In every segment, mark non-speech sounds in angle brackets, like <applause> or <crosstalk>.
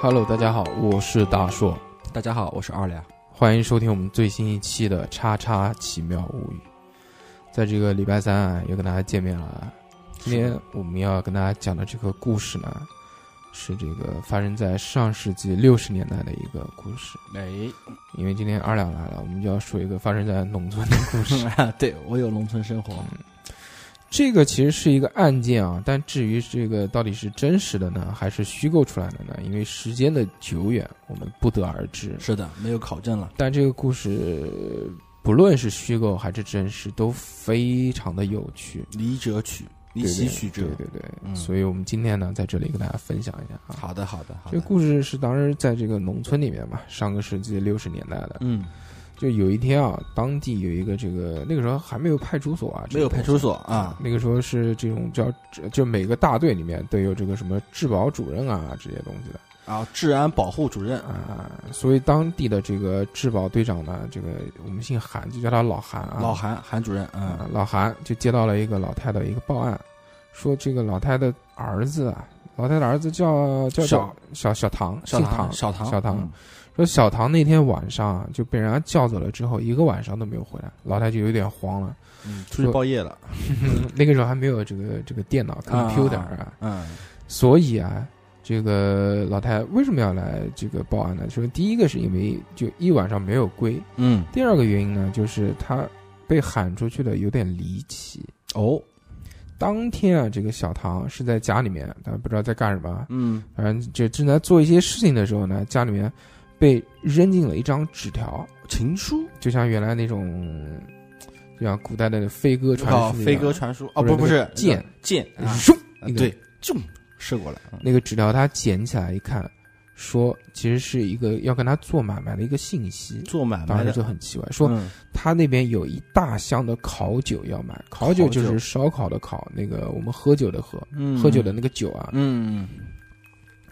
Hello，大家好，我是大硕，大家好，我是二两。欢迎收听我们最新一期的《叉叉奇妙物语》。在这个礼拜三啊，又跟大家见面了啊。今天我们要跟大家讲的这个故事呢，是这个发生在上世纪六十年代的一个故事。哎，因为今天二两来了，我们就要说一个发生在农村的故事。 <laughs> <laughs> 嗯对我有农村生活，这个其实是一个案件啊，但至于这个到底是真实的呢，还是虚构出来的呢？因为时间的久远，我们不得而知。是的，没有考证了。但这个故事不论是虚构还是真实，都非常的有趣。离者取，离对其对取者。对对对，嗯所以我们今天呢，在这里跟大家分享一下啊。好的，好的，好这个的。故事是当时在这个农村里面嘛，上个世纪六十年代的。嗯，就有一天啊，当地有一个这个那个时候还没有派出所啊，这个没有东派西出所啊。那个时候是这种叫就每个大队里面都有这个什么治保主任啊这些东西的啊，治安保护主任啊、所以当地的这个治保队长呢，这个我们姓韩，就叫他老韩啊。老韩韩主任啊，啊，老韩就接到了一个老太太一个报案，说这个老太太的儿子啊，老太太的儿子叫叫小小小唐，小姓唐，小唐，小唐嗯说小唐那天晚上啊就被人家叫走了之后，一个晚上都没有回来，老太太就有点慌了。嗯，出去说报业了。那个时候还没有这个这个电脑 computer 嗯啊，嗯，所以啊，这个老太太为什么要来这个报案呢？说第一个是因为就一晚上没有归，嗯，第二个原因呢就是她被喊出去的有点离奇。哦，当天啊，这个小唐是在家里面，但不知道在干什么，嗯，反正就正在做一些事情的时候呢，家里面被扔进了一张纸条，情书就像原来那种，就像古代的飞鸽传哦书一样，飞鸽传书啊，不是不不那是个箭箭啊，咻啊那个对，就射过来。嗯那个纸条他捡起来一看，说其实是一个要跟他做买卖的一个信息。做买当卖时的就很奇怪，说嗯他那边有一大箱的烤酒要买，烤酒就是烧烤的烤，那个我们喝酒的喝，嗯喝酒的那个酒啊。嗯嗯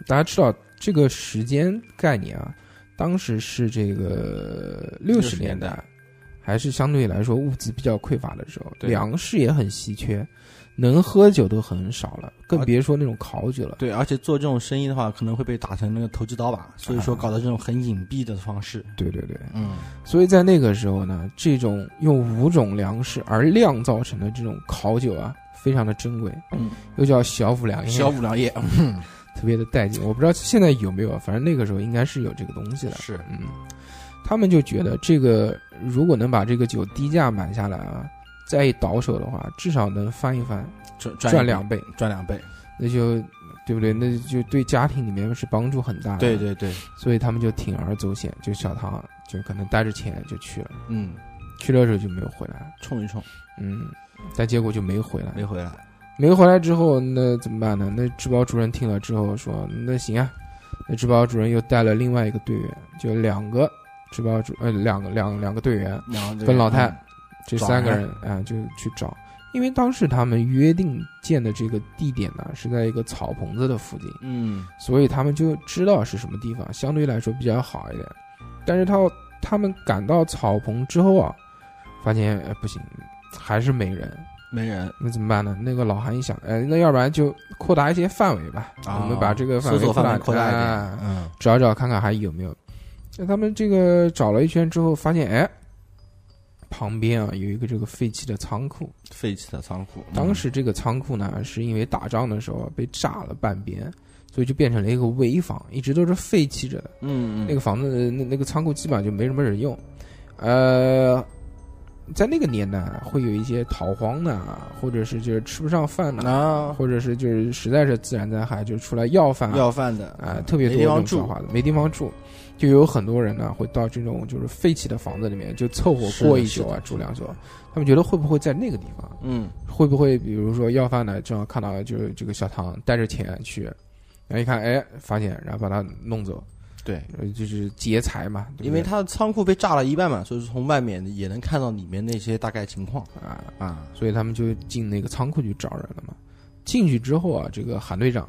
大家知道这个时间概念啊，当时是这个六十60年年代代，还是相对来说物资比较匮乏的时候，对粮食也很稀缺，能喝酒都很少了，更而别说那种烤酒了。对，而且做这种生意的话，可能会被打成那个投机倒把，所以说啊搞得这种很隐蔽的方式。对对对，嗯，所以在那个时候呢，这种用五种粮食而酿造成的这种烤酒啊，非常的珍贵，嗯，又叫小五粮，小五粮液特别的带劲。我不知道现在有没有，反正那个时候应该是有这个东西的。是嗯，他们就觉得这个如果能把这个酒低价买下来啊，再一倒手的话，至少能翻一翻，赚赚赚一两倍倍，赚两倍。那就对不对？那就对家庭里面是帮助很大的。对，对对，所以他们就铤而走险，就小唐就可能带着钱就去了，嗯，去了之后就没有回来。冲一冲，嗯，但结果就没回来。没回来。没回来之后，那怎么办呢？那治保主任听了之后说：“那行啊。”那治保主任又带了另外一个队员，就两个治保主呃两个两两个队员，然后这个跟老太嗯这找三个人人啊、就去找，因为当时他们约定见的这个地点呢是在一个草棚子的附近，嗯，所以他们就知道是什么地方，相对来说比较好一点。但是他他们赶到草棚之后啊，发现、呃、不行，还是没人，没人那怎么办呢？那个老韩一想，哎，那要不然就扩大一些范围吧，啊，我们把这个搜索扩范围大扩哎大一点。嗯，找一找看看还有没有。那他们这个找了一圈之后，发现哎，旁边啊有一个这个废弃的仓库。废弃的仓库，当嗯时这个仓库呢，是因为打仗的时候被炸了半边，所以就变成了一个危房，一直都是废弃着的。嗯嗯那个房子，那那个仓库基本上就没什么人用。呃，在那个年代啊会有一些逃荒的啊，或者是就是吃不上饭的啊，啊，或者是就是实在是自然灾害，就出来要饭啊，要饭的啊，特别多没地方这种住造，化的，没地方住，就有很多人呢会到这种就是废弃的房子里面就凑合是的过一是宿啊的，住两宿。他们觉得会不会在那个地方，嗯，会不会比如说要饭的正好看到就是这个小唐带着钱去，然后一看哎发现，然后把他弄走，对。呃就是劫财嘛，对不因为对它的仓库被炸了一半嘛，所以说从外面也能看到里面那些大概情况啊，啊。所以他们就进那个仓库去找人了嘛。进去之后啊，这个韩队长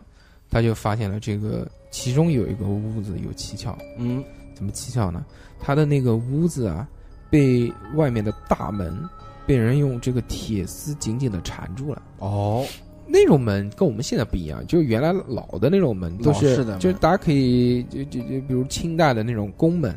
他就发现了这个其中有一个屋子有蹊跷。嗯，怎么蹊跷呢？他的那个屋子啊，被外面的大门被人用这个铁丝紧紧的缠住了。哦，那种门跟我们现在不一样，就是原来老的那种门都老是，式的门就是大家可以就就就比如清代的那种宫门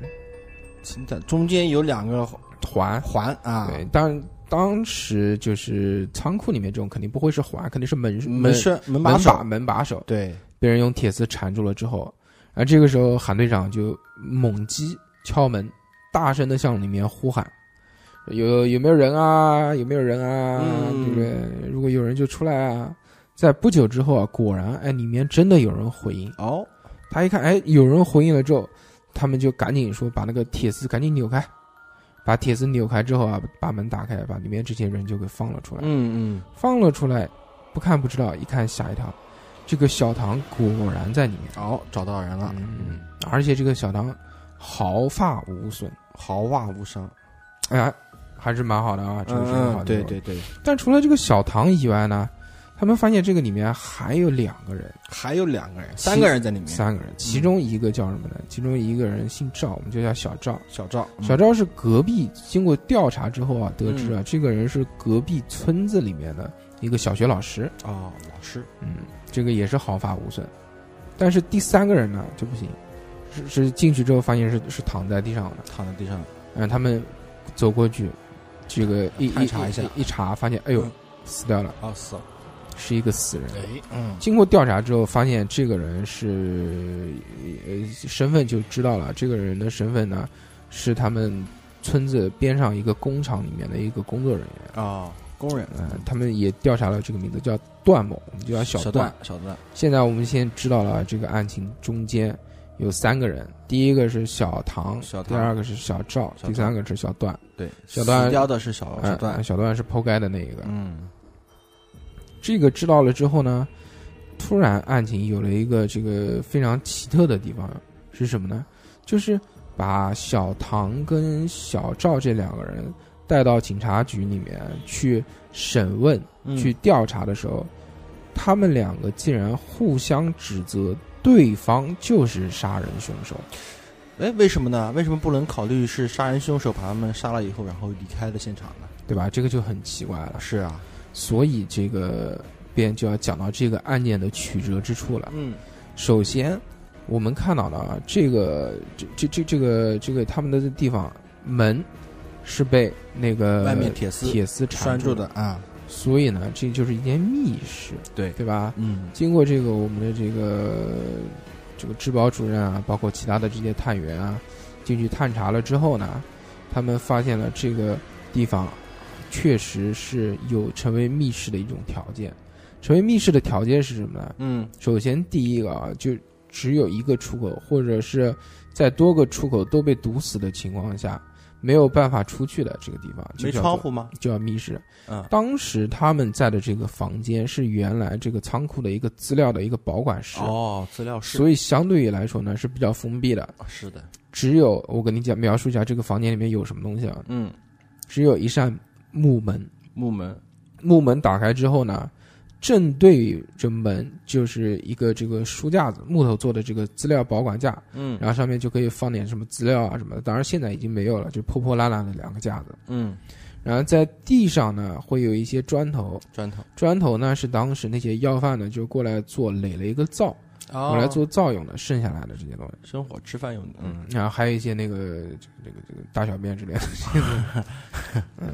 清代中间有两个环，环啊，对，当当时就是仓库里面这种肯定不会是环，肯定是门门门栓、门把门手把，门把手，对，被人用铁丝缠住了之后，而这个时候韩队长就猛击敲门，大声的向里面呼喊：“有有没有人啊？有没有人啊？嗯对不对？如果有人就出来啊！”在不久之后啊，果然，哎，里面真的有人回应。哦，他一看，哎，有人回应了之后，他们就赶紧说把那个铁丝赶紧扭开，把铁丝扭开之后啊，把门打开，把里面这些人就给放了出来。嗯嗯，放了出来，不看不知道，一看吓一跳，这个小唐果然在里面。哦，找到人了，嗯，而且这个小唐毫发无损，毫发无伤，哎呀，还是蛮好的啊，这个是个好嗯，的。对。对对，但除了这个小唐以外呢，他们发现这个里面还有两个人，还有两个人，其三个人在里面，三个人，其中一个叫什么呢？其中一个人姓赵，我们就叫小赵。小赵，嗯小赵是隔壁，经过调查之后啊，得知啊，这个人是隔壁村子里面的一个小学老师。哦，老师，嗯，这个也是毫发无损。但是第三个人呢就不行，是是进去之后发现是是躺在地上的。躺在地上，嗯，他们走过去，这个一勘察一下一查发现，哎呦嗯，死掉了，哦，死了，是一个死人。哎，嗯，经过调查之后，发现这个人是呃身份就知道了，这个人的身份呢是他们村子边上一个工厂里面的一个工作人员。哦，工人，嗯、他们也调查了这个名字叫段某，我们就叫小小段。段，小段，现在我们先知道了这个案情中间有三个人，第一个是小唐，小第唐二个是小赵，小第赵三个是小段。对，小段死掉的是小哦小哎段哎，小段是剖开的那一个。嗯，这个知道了之后呢，突然案情有了一个这个非常奇特的地方是什么呢？就是把小唐跟小赵这两个人带到警察局里面去审问、嗯去调查的时候，他们两个竟然互相指责对方就是杀人凶手。哎，为什么呢？为什么不能考虑是杀人凶手把他们杀了以后，然后离开了现场呢？对吧？这个就很奇怪了，是啊，所以这个便就要讲到这个案件的曲折之处了。嗯，首先，我们看到了啊，这个这这这这个这个他们的地方门是被那个外面铁丝铁丝缠拴住的，啊，所以呢，这就是一间密室，对，对吧？嗯，经过这个我们的这个这个治保主任啊，包括其他的这些探员啊，进去探查了之后呢，他们发现了这个地方确实是有成为密室的一种条件。成为密室的条件是什么呢？嗯，首先第一个啊，就只有一个出口，或者是在多个出口都被堵死的情况下，没有办法出去的这个地方，就没叫做窗户吗？就叫密室。嗯，当时他们在的这个房间是原来这个仓库的一个资料的一个保管室，哦，资料室，啊所以相对于来说呢是比较封闭的。是的，只有我跟你讲描述一下这个房间里面有什么东西啊，嗯，只有一扇木门，木门，木门打开之后呢，正对着门就是一个这个书架子，木头做的这个资料保管架，嗯然后上面就可以放点什么资料啊什么的。当然现在已经没有了，就破破烂烂的两个架子。嗯，然后在地上呢会有一些砖头，砖头，砖头呢是当时那些要饭的就过来做垒了一个灶，哦用来做灶用的，剩下来的这些东西。生火吃饭用的，嗯，然后还有一些那个这个这个这个大小便之类的这个，嗯，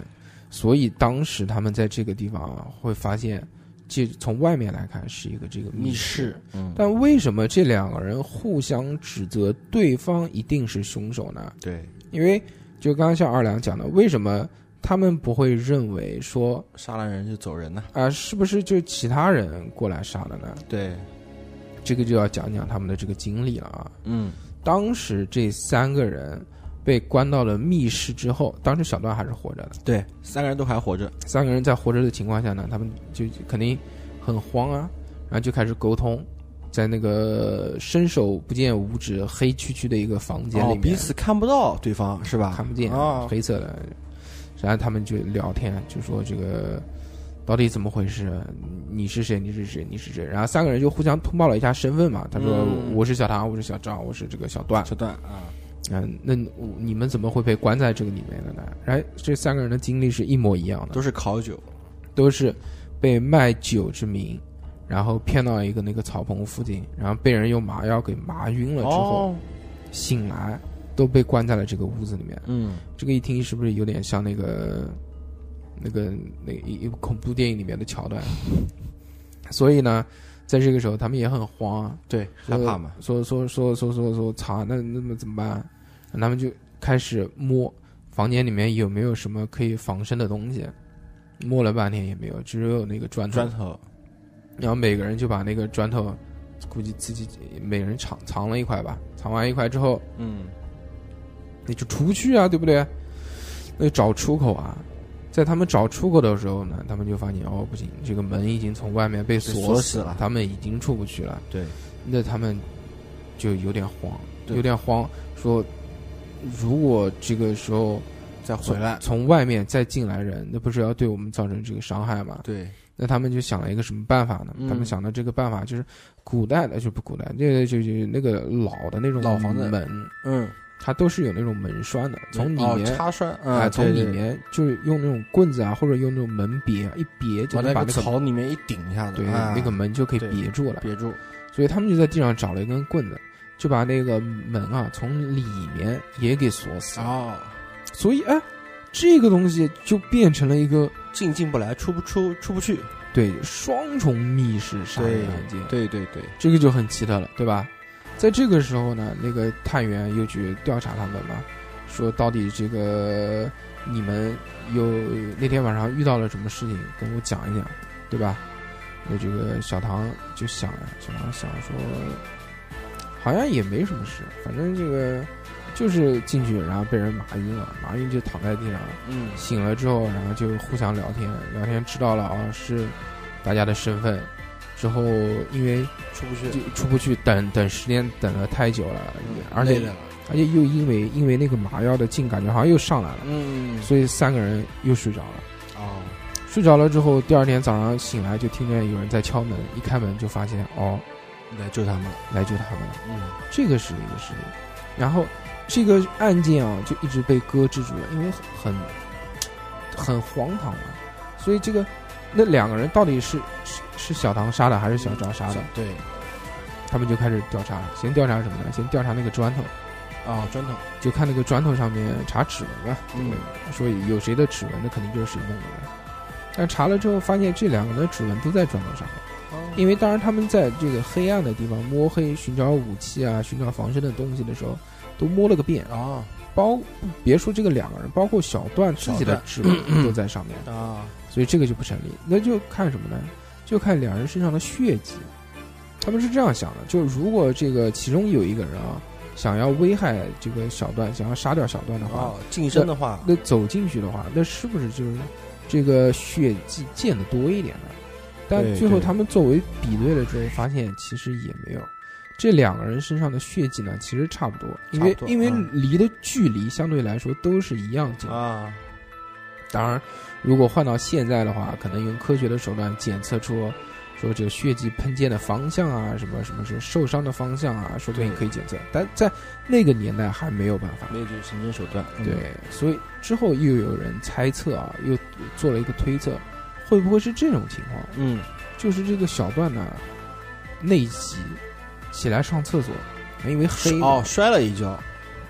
所以当时他们在这个地方啊会发现，这从外面来看是一个这个密室。室，嗯，但为什么这两个人互相指责对方一定是凶手呢？对，因为就刚刚像二两讲的，为什么他们不会认为说杀了人就走人呢，啊、是不是就其他人过来杀的呢？对，这个就要讲讲他们的这个经历了啊。嗯，当时这三个人被关到了密室之后，当时小段还是活着的。对，三个人都还活着，三个人在活着的情况下呢，他们就肯定很慌啊，然后就开始沟通，在那个伸手不见五指、黑黢黢的一个房间里哦，面，彼此看不到对方是吧？看不见，哦黑色的。然后他们就聊天，就说这个到底怎么回事？你是谁？你是谁？你是谁？然后三个人就互相通报了一下身份嘛。他说、嗯我是小唐，我是小赵，我是这个小段。小段啊，嗯，那你你们怎么会被关在这个里面的呢？哎，这三个人的经历是一模一样的，都是烤酒，都是被卖酒之名然后骗到一个那个草棚附近，然后被人用麻药给麻晕了之后、哦，醒来，都被关在了这个屋子里面。嗯，这个一听是不是有点像那个那个那一一部恐怖电影里面的桥段？ <laughs> 所以呢，在这个时候他们也很慌啊，对，害怕嘛，说说说说说说，操，那那么怎么办？啊他们就开始摸房间里面有没有什么可以防身的东西，摸了半天也没有，只有那个砖头。砖头，然后每个人就把那个砖头，估计自己每人藏藏了一块吧，藏完一块之后，嗯，你就出去啊，对不对？那就找出口啊。在他们找出口的时候呢，他们就发现哦，不行，这个门已经从外面被锁锁死了他们已经出不去了。对，那他们就有点慌，对有点慌，说如果这个时候再回来，从外面再进来人，那不是要对我们造成这个伤害吗？对，那他们就想了一个什么办法呢？嗯他们想到这个办法就是古代的，就不古代，那个就就那个老的那种老房子门，嗯，它都是有那种门栓的，从里哦面。插栓，啊，嗯，从对里，对面就是用那种棍子啊，或者用那种门别啊一别，就往能那把个那个槽里面一顶一下子，对啊那个门就可以对别住了。别住，所以他们就在地上找了一根棍子，就把那个门啊从里面也给锁死了。哦，所以哎，这个东西就变成了一个进进不来，出不出出不去，对双重密室杀人案件，对对对，这个就很奇特了，对吧？在这个时候呢，那个探员又去调查他们嘛，说到底这个你们有那天晚上遇到了什么事情，跟我讲一讲，对吧？那这个小唐就想呀，小唐想说，好像也没什么事，反正这个就是进去，然后被人麻晕了，麻晕就躺在地上，嗯，醒了之后，然后就互相聊天，聊天知道了啊、是大家的身份，之后因为出不就去，出不去等等时间等了太久了，而嗯累且了而且又因为因为那个麻药的劲，感觉好像又上来了，嗯，所以三个人又睡着了。哦，睡着了之后，第二天早上醒来就听见有人在敲门，一开门就发现哦，来救他们了，来救他们了，嗯，这个是一个事情。然后这个案件啊就一直被搁置住了，因为很很荒唐嘛，所以这个那两个人到底是是是小唐杀的还是小张杀的？对，他们就开始调查，先调查什么呢？先调查那个砖头。哦，砖头，就看那个砖头上面查指纹吧，嗯说有谁的指纹，那肯定就是谁弄的呗。但查了之后，发现这两个人的指纹都在砖头上面，哦因为当然他们在这个黑暗的地方摸黑、寻找武器啊、寻找防身的东西的时候，都摸了个遍。哦，包别说这个两个人，包括小段自己的指纹都在上面，啊，所以这个就不成立。那就看什么呢？就看两人身上的血迹。他们是这样想的：就如果这个其中有一个人啊，想要危害这个小段，想要杀掉小段的话，哦，晋升的话，那走进去的话，那是不是就是这个血迹溅的多一点呢？但对最后对他们作为比对了之后，发现其实也没有。这两个人身上的血迹呢，其实差不多，因为差不多因为嗯离的距离相对来说都是一样近。啊，当然，如果换到现在的话，可能用科学的手段检测出说这个血迹喷溅的方向啊，什么什么是受伤的方向啊，说不定对可以检测。但在那个年代还没有办法。那就是行政手段，嗯对，，所以之后又有人猜测啊，又做了一个推测，会不会是这种情况？嗯，就是这个小段呢，内急起来上厕所，因为黑嘛哦，摔了一跤，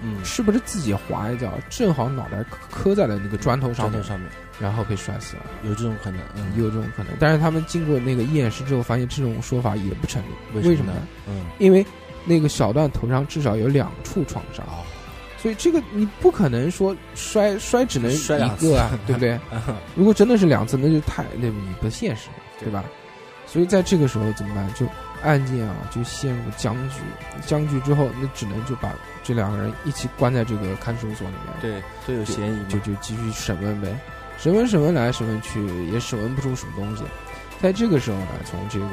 嗯，是不是自己滑一跤，正好脑袋磕磕在了那个砖头上砖头面，上面然后被摔死了，有这种可能，嗯，也有这种可能。但是他们经过那个验尸之后，发现这种说法也不成立，为什么呢？？嗯，因为那个小段头上至少有两处创伤，哦，所以这个你不可能说摔摔只能摔一两个啊次，对不对？如果真的是两次，那就太那你不现实，对吧？所以在这个时候怎么办？就案件啊，就陷入僵局。僵局之后，那只能就把这两个人一起关在这个看守所里面，对，都有嫌疑就嘛，就继续审问呗，审问审问来审问去，也审问不出什么东西。在这个时候呢，从这个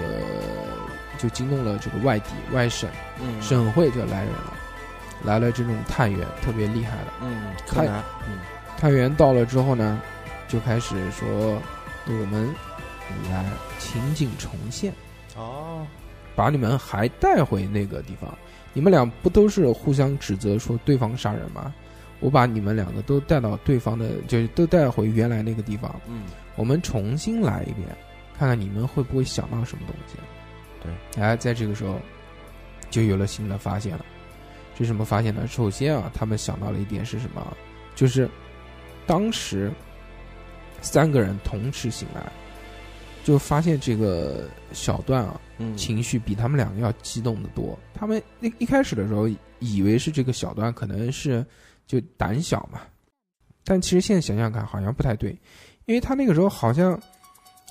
就惊动了这个外地外省嗯，省会就来人了，来了这种探员，特别厉害的。嗯，柯南，嗯，探员到了之后呢，就开始说，对我们来情景重现，哦，把你们还带回那个地方。你们俩不都是互相指责说对方杀人吗？我把你们两个都带到对方的，就是都带回原来那个地方，嗯，我们重新来一遍。看看你们会不会想到什么东西。对，哎，在这个时候就有了新的发现了。这是什么发现呢？首先啊，他们想到了一点是什么啊？就是当时三个人同时醒来，就发现这个小段啊，嗯情绪比他们两个要激动的多。他们一一开始的时候以为是这个小段可能是就胆小嘛，但其实现在想想看好像不太对，因为他那个时候好像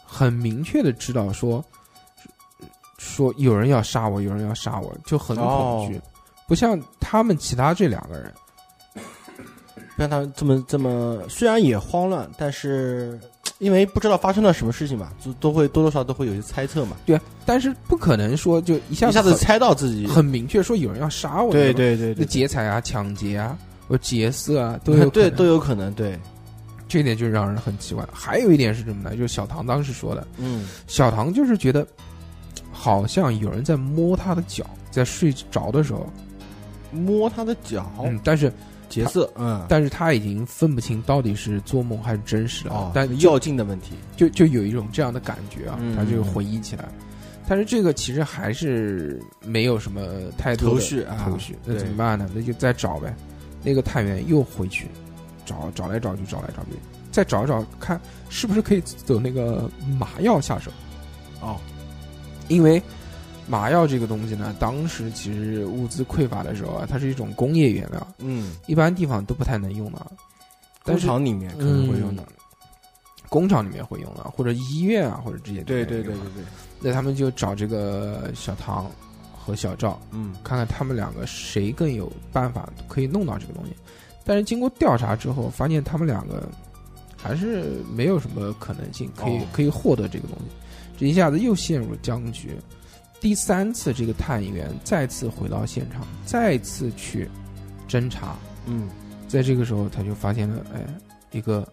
很明确的知道说说有人要杀我，有人要杀我，就很恐惧，哦不像他们其他这两个人。让他这么这么，虽然也慌乱，但是因为不知道发生了什么事情嘛，就都会多多少少都会有些猜测嘛，但是不可能说就一下一子下子很猜到自己，很明确说有人要杀我，对那种对对那对，劫财啊、抢劫啊、我劫色啊 <laughs> 都有对可对能都有可能，对，这一点就让人很奇怪。还有一点是什么呢？就是小唐当时说的，嗯，小唐就是觉得好像有人在摸他的脚，在睡着的时候，摸他的脚，嗯，但是劫色，嗯，但是他已经分不清到底是做梦还是真实了，哦，但药劲的问题，就就有一种这样的感觉啊，嗯他就回忆起来。但是这个其实还是没有什么太多的头绪啊头绪，那对怎么办呢？那就再找呗。那个探员又回去找，找来找去，找来找去，再找一找看是不是可以走那个麻药下手。哦，因为麻药这个东西呢，当时其实物资匮乏的时候啊，它是一种工业原料，嗯，一般地方都不太能用的。工但是厂里面可能会用到，嗯工厂里面会用的，或者医院啊，或者这些地方对对对用对的对，那他们就找这个小唐和小赵，嗯，看看他们两个谁更有办法可以弄到这个东西。但是经过调查之后，发现他们两个还是没有什么可能性可以、哦可以获得这个东西，这一下子又陷入了僵局。第三次，这个探员再次回到现场，再次去侦查。嗯，在这个时候，他就发现了，哎，一个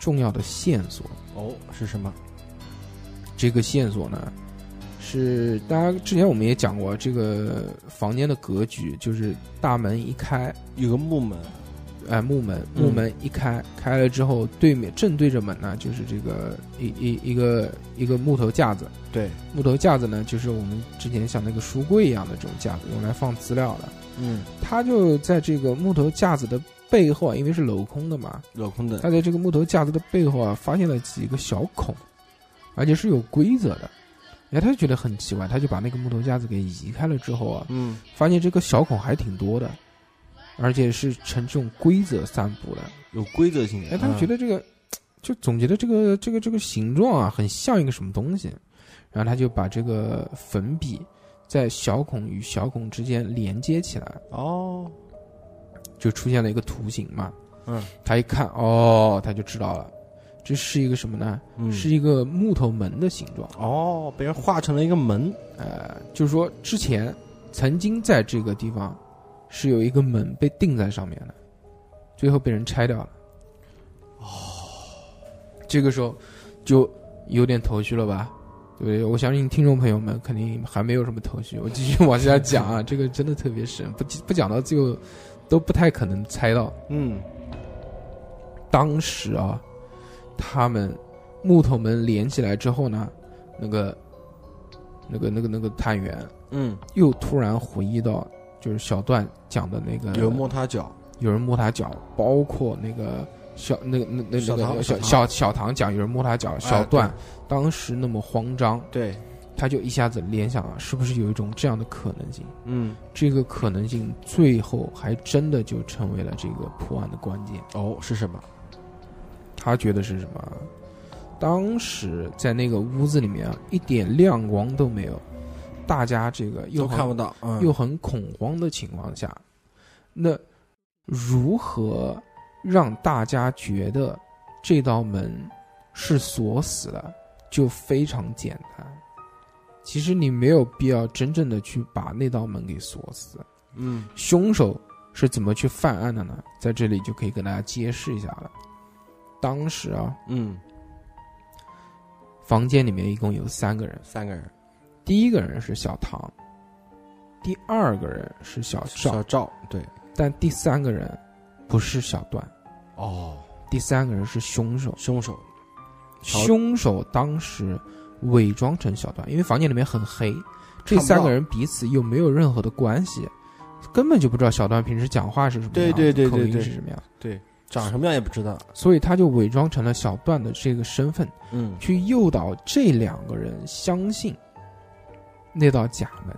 重要的线索。哦，是什么？这个线索呢，是大家之前我们也讲过，这个房间的格局就是大门一开，有个木门，哎，木门，嗯木门一开，开了之后，对面正对着门呢，就是这个一一一个一个木头架子，对，木头架子呢，就是我们之前像那个书柜一样的这种架子，用来放资料的。嗯，它就在这个木头架子的背后啊，因为是镂空的嘛，镂空的，它在这个木头架子的背后啊，发现了几个小孔，而且是有规则的。哎，他就觉得很奇怪，他就把那个木头架子给移开了之后啊，嗯，发现这个小孔还挺多的，而且是呈这种规则散布的。有规则性的，嗯哎，他们觉得这个，就总觉得这个这个这个形状啊，很像一个什么东西。然后他就把这个粉笔在小孔与小孔之间连接起来，嗯哦，就出现了一个图形嘛。嗯，他一看，哦，他就知道了，这是一个什么呢？嗯是一个木头门的形状。哦，被人画成了一个门，呃，就是说之前曾经在这个地方是有一个门被钉在上面的，最后被人拆掉了。哦，这个时候就有点头绪了吧？对不对？我相信听众朋友们肯定还没有什么头绪。我继续往下讲啊，这个真的特别深，不不讲到最后都不太可能猜到。嗯，当时啊，他们木头门连起来之后呢，那个那个那个那个探员嗯，又突然回忆到，就是小段讲的那个有人摸他脚，有人摸他脚，包括那个小那个那那小那唐个小小唐哎小小唐讲有人摸他脚，小段当时那么慌张，对，他就一下子联想了，是不是有一种这样的可能性？嗯，这个可能性最后还真的就成为了这个破案的关键。哦，是什么？他觉得是什么啊？当时在那个屋子里面啊，一点亮光都没有，大家这个又又很看不到，嗯，又很恐慌的情况下，那如何让大家觉得这道门是锁死的，就非常简单。其实你没有必要真正的去把那道门给锁死。嗯，凶手是怎么去犯案的呢？在这里就可以跟大家揭示一下了。当时啊，嗯，房间里面一共有三个人，三个人，第一个人是小唐，第二个人是小赵小，赵，对，但第三个人不是小段，哦，第三个人是凶手。凶手，好凶手当时伪装成小段，因为房间里面很黑，这看不三到个人彼此又没有任何的关系，根本就不知道小段平时讲话是什么对样，对对口对音对是什么样，长什么样也不知道。所以他就伪装成了小段的这个身份，嗯，去诱导这两个人相信那道假门。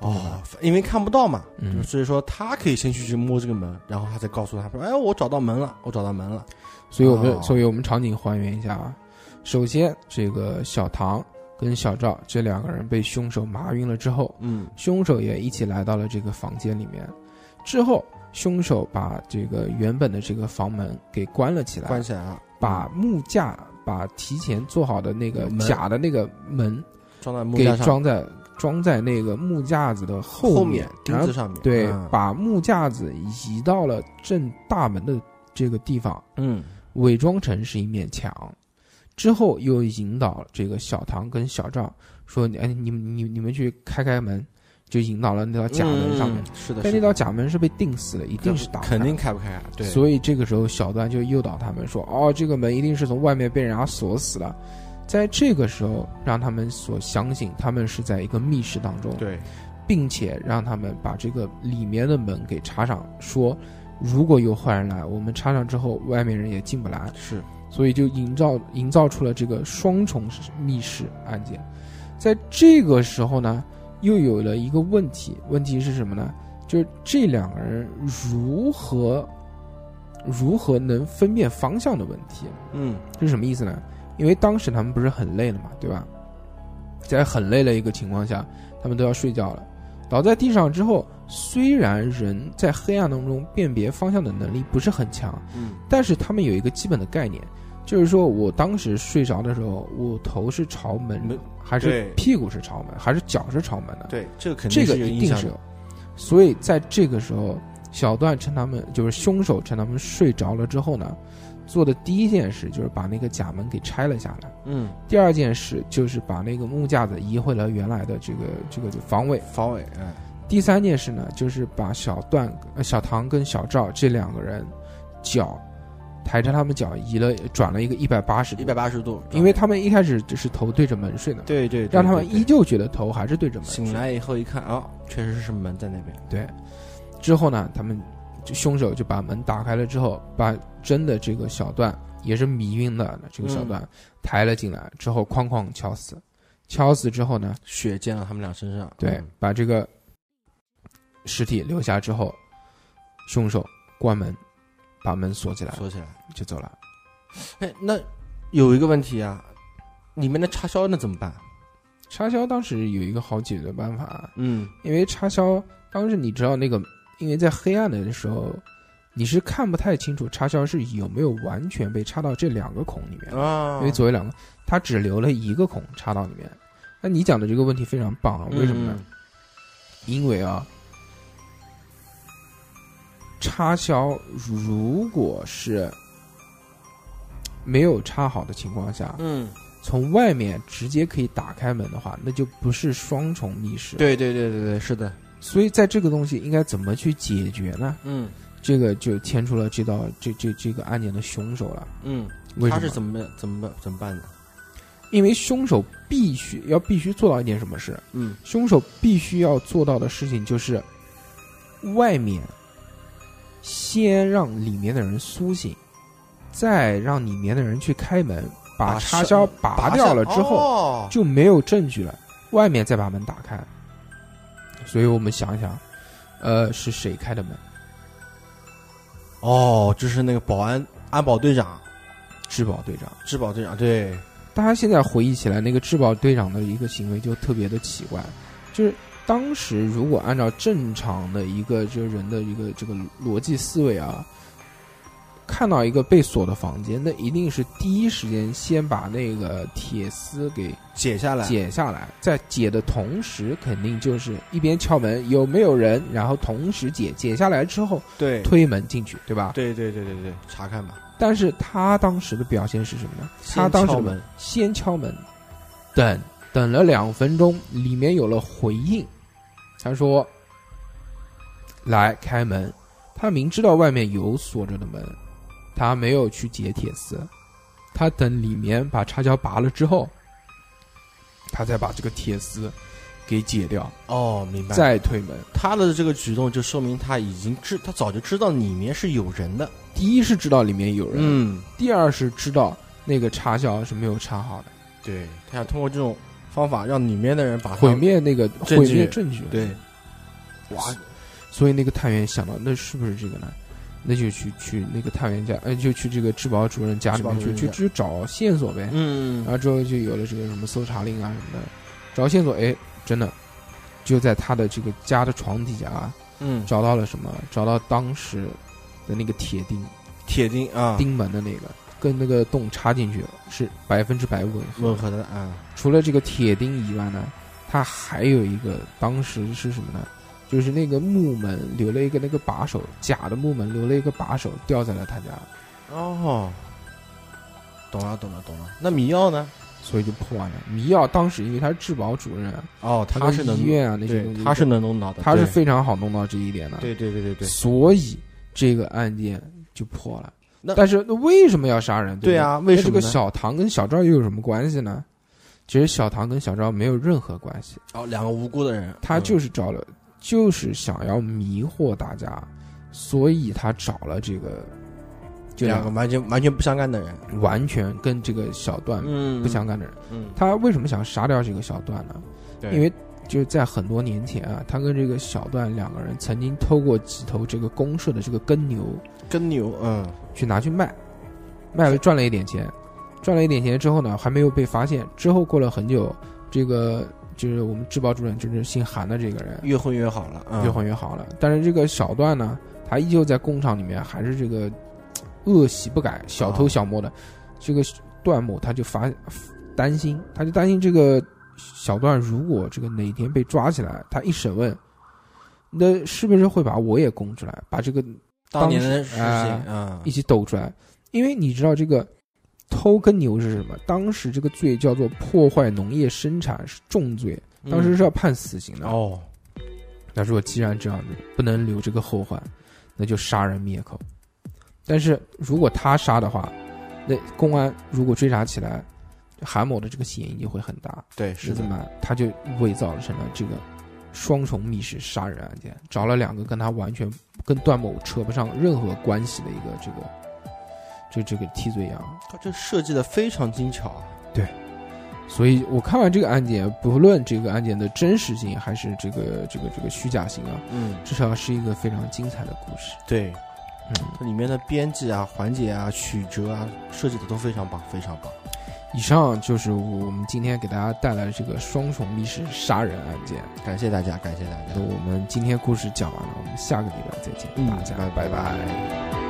哦，因为看不到嘛，嗯就所以说他可以先去去摸这个门，然后他再告诉他说：“哎，我找到门了，我找到门了。所以我们、哦所以我们场景还原一下啊。首先，这个小唐跟小赵这两个人被凶手麻晕了之后，”嗯，凶手也一起来到了这个房间里面。之后，凶手把这个原本的这个房门给关了起来，关嗯起来了，把木架、把提前做好的那个门假的那个门装在木给架上，装在装在那个木架子的后面，哦钉然后子上面。对，嗯把木架子移到了正大门的这个地方，嗯，伪装成是一面墙，之后又引导这个小唐跟小赵说：“哎，你们你你们去开开门。”就引导了那道假门上面，嗯是的，但是那的道假门是被钉死的，一定是打不开肯定。开不开啊？对，所以这个时候，小段就诱导他们说：“哦，这个门一定是从外面被人家锁死了。”在这个时候，让他们所相信他们是在一个密室当中，对，并且让他们把这个里面的门给插上，说如果有坏人来，我们插上之后，外面人也进不来。是所以就营造营造出了这个双重密室案件。在这个时候呢，又有了一个问题，问题是什么呢？就是这两个人如何如何能分辨方向的问题。嗯，这是什么意思呢？因为当时他们不是很累了嘛，对吧？在很累的一个情况下，他们都要睡觉了，倒在地上之后，虽然人在黑暗当中辨别方向的能力不是很强，嗯，但是他们有一个基本的概念，就是说我当时睡着的时候，我头是朝门的门，还是对屁股是朝门，还是脚是朝门的？对，这个肯这定个有一印定象是的。有。所以在这个时候，小段趁他们就是凶手趁他们睡着了之后呢，做的第一件事就是把那个假门给拆了下来。嗯，第二件事就是把那个木架子移回了原来的这个这个方位。防伪，哎，第三件事呢，就是把小段、呃小唐跟小赵这两个人脚抬着他们脚移了转了一个一百八十度一，百八十度，因为他们一开始只是头对着门睡的嘛，对对，对让他们对对依旧觉得头还是对着门睡。醒来以后一看啊，确实是门在那边，对，之后呢，他们就凶手就把门打开了之后，把真的这个小段也是迷晕的这个小段、嗯抬了进来之后，哐哐敲死，敲死之后呢，血溅到他们俩身上。对，嗯把这个尸体留下之后，凶手关门，把门锁起来说起来，就走了。哎，那有一个问题啊，里面的插销那怎么办？插销当时有一个好解决办法，嗯，因为插销当时你知道那个，因为在黑暗的时候，你是看不太清楚插销是有没有完全被插到这两个孔里面，啊，因为左右两个，它只留了一个孔插到里面。那你讲的这个问题非常棒啊，嗯为什么呢？？因为啊，插销如果是没有插好的情况下，嗯，从外面直接可以打开门的话，那就不是双重密室。，对对对对对，是的，所以在这个东西应该怎么去解决呢？嗯这个就牵出了这道这这这个案件的凶手了。嗯，为他什是么？怎么怎么办怎么办的？因为凶手必须要必须做到一点什么事，嗯，凶手必须要做到的事情就是，外面先让里面的人苏醒，再让里面的人去开门，把把插绳销拔掉了之后，后，就没有证据了，外面再把门打开。所以我们想一想，呃，是谁开的门？哦，这是那个保安安保队长、质保队长。质保队长，对，大家现在回忆起来，那个质保队长的一个行为就特别的奇怪，就是当时如果按照正常的一个就是人的一个这个逻辑思维啊，看到一个被锁的房间，那一定是第一时间先把那个铁丝给解下来，解下来，在解的同时，肯定就是一边敲门有没有人，然后同时解解下来之后对推门进去，对吧？对对对对对，查看吧，但是他当时的表现是什么呢？他先当时敲的门，先敲门，等等了两分钟，里面有了回应，他说：“来开门。”他明知道外面有锁着的门，他没有去解铁丝，他等里面把插销拔了之后，他再把这个铁丝给解掉，哦，明白。再推门。他的这个举动就说明他已经知，他早就知道里面是有人的。第一是知道里面有人，嗯，第二是知道那个插销是没有插好的，对，他想通过这种方法让里面的人把他毁。灭那个证据毁灭证据。对，哇！所以那个探员想到，那是不是这个呢？那就去去那个探员家，呃，就去这个质保主任家里面质保主去任去家去找线索呗。嗯然，后之后就有了这个什么搜查令啊什么的，找线索，哎，真的就在他的这个家的床底下啊，嗯，找到了什么？找到当时的那个铁钉铁钉啊，钉门的那个，跟那个洞插进去是百分之百吻合。吻合的啊，除了这个铁钉以外呢，它还有一个当时是什么呢？就是那个木门留了一个那个把手，假的木门留了一个把手掉在了他家，哦，懂了，懂了，懂了。那米药呢？所以就破案了。迷药当时因为他是质保主任啊，哦，跟是能医，院啊那些对东西，，他是能弄到的，他是对非常好弄到这一点的，对对对对对，所以这个案件就破了。那但是那为什么要杀人？对不啊，为那什这个么呢？小唐跟小赵又有什么关系呢？其实小唐跟小赵没有任何关系，哦，两个无辜的人，他嗯就是找了，就是想要迷惑大家，所以他找了这个，就两个完全完全不相干的人，啊完全跟这个小段嗯不相干的人。嗯，他为什么想杀掉这个小段呢？对因为就是在很多年前啊，他跟这个小段两个人曾经偷过几头这个公社的这个耕牛跟牛，嗯，去拿去卖，卖了赚了一点钱，赚了一点钱之后呢，还没有被发现。之后过了很久，这个就是我们质保主任，就是姓韩的这个人，越混越好了，嗯越混越好了。但是这个小段呢，他依旧在工厂里面还是这个嘖恶习不改，小哦偷小摸的。这个段某他就发担心，他就担心这个小段如果这个哪天被抓起来，他一审问，那是不是会把我也供出来，把这个当年的当时事情，啊一，起抖出来？因为你知道这个。偷耕牛是什么？当时这个罪叫做破坏农业生产是重罪，嗯当时是要判死刑的。哦，他说：“既然这样子，不能留这个后患，那就杀人灭口。但是如果他杀的话，那公安如果追查起来，韩某的这个嫌疑就会很大。对，是是怎的，么办？他就伪造成了这个双重密室杀人案件，找了两个跟他完全跟段某扯不上任何关系的一个这个这这个替罪羊。他这设计的非常精巧啊，所以我看完这个案件，不论这个案件的真实性还是这个这个这个虚假性啊，嗯，至少是一个非常精彩的故事。对，嗯。”这里面的编辑啊、环节啊、曲折啊，设计的都非常棒，非常棒。以上就是我们今天给大家带来的这个双重密室杀人案件。感谢大家，感谢大家那。我们今天故事讲完了，我们下个礼拜再见，嗯大家拜拜拜